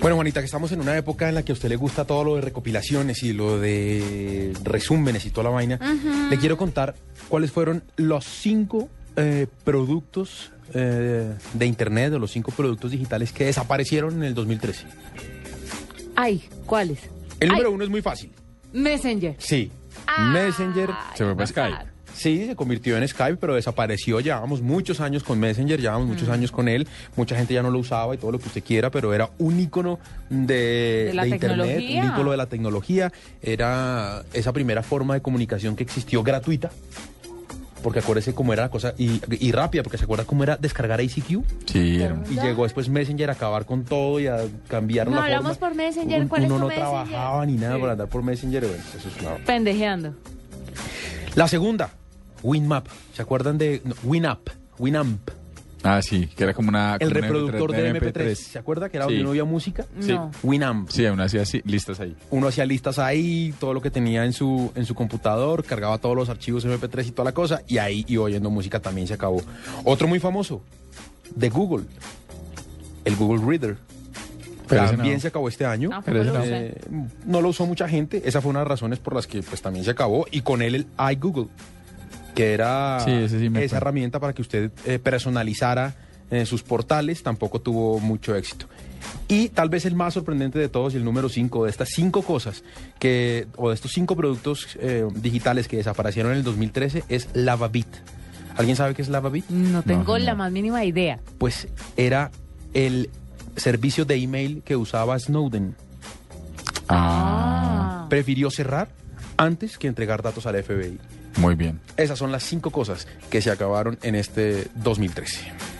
Bueno, Juanita, que estamos en una época en la que a usted le gusta todo lo de recopilaciones y lo de resúmenes y toda la vaina. Le quiero contar cuáles fueron los cinco eh, productos eh, de Internet o los cinco productos digitales que desaparecieron en el 2013. Ay, ¿cuáles? El número uno es muy fácil. Messenger. Sí. Messenger. Ah, Se fue para Skype. Sí, se convirtió en Skype, pero desapareció. Llevábamos muchos años con Messenger, llevábamos Mm. muchos años con él. Mucha gente ya no lo usaba y todo lo que usted quiera, pero era un ícono de, De la de Internet, tecnología. un ícono de la tecnología. Era esa primera forma de comunicación que existió gratuita. Porque acuérdese cómo era la cosa, y, y rápida, porque se acuerda cómo era descargar ICQ. Sí, era- Y llegó después Messenger a acabar con todo y a cambiar No, la forma. hablamos por Messenger, Un- ¿cuál es uno tu no Messenger? trabajaba ni nada Sí. por andar por Messenger. Bueno, eso es una- Pendejeando. la segunda, WinMap. ¿Se acuerdan de no, WinApp? WinAmp. Ah, sí, que era como una. El como un reproductor de MP3. ¿Se acuerda que era donde Sí. no había música? Sí. No. WinAmp. Sí, aún así, así, listas ahí. Uno hacía listas ahí, todo lo que tenía en su, en su computador, cargaba todos los archivos MP3 y toda la cosa, y ahí iba oyendo música también se acabó. Otro muy famoso, de Google, el Google Reader. Pero ese también no. se acabó este año. Ah, pero ese no. usé. Eh, no lo usó mucha gente. Esa fue una de las razones por las que pues también se acabó. Y con él el iGoogle, que era Sí, ese sí me esa acuerdo. herramienta para que usted eh, personalizara eh, sus portales, tampoco tuvo mucho éxito. Y tal vez el más sorprendente de todos, y el número 5, de estas cinco cosas, que, o de estos cinco productos eh, digitales que desaparecieron en el 2013, es Lavabit. ¿Alguien sabe qué es Lavabit? No tengo no. la más mínima idea. Pues era el servicio de email que usaba Snowden. Ah, Ah. prefirió cerrar antes que entregar datos al FBI. muy bien. Esas son las cinco cosas que se acabaron en este 2013.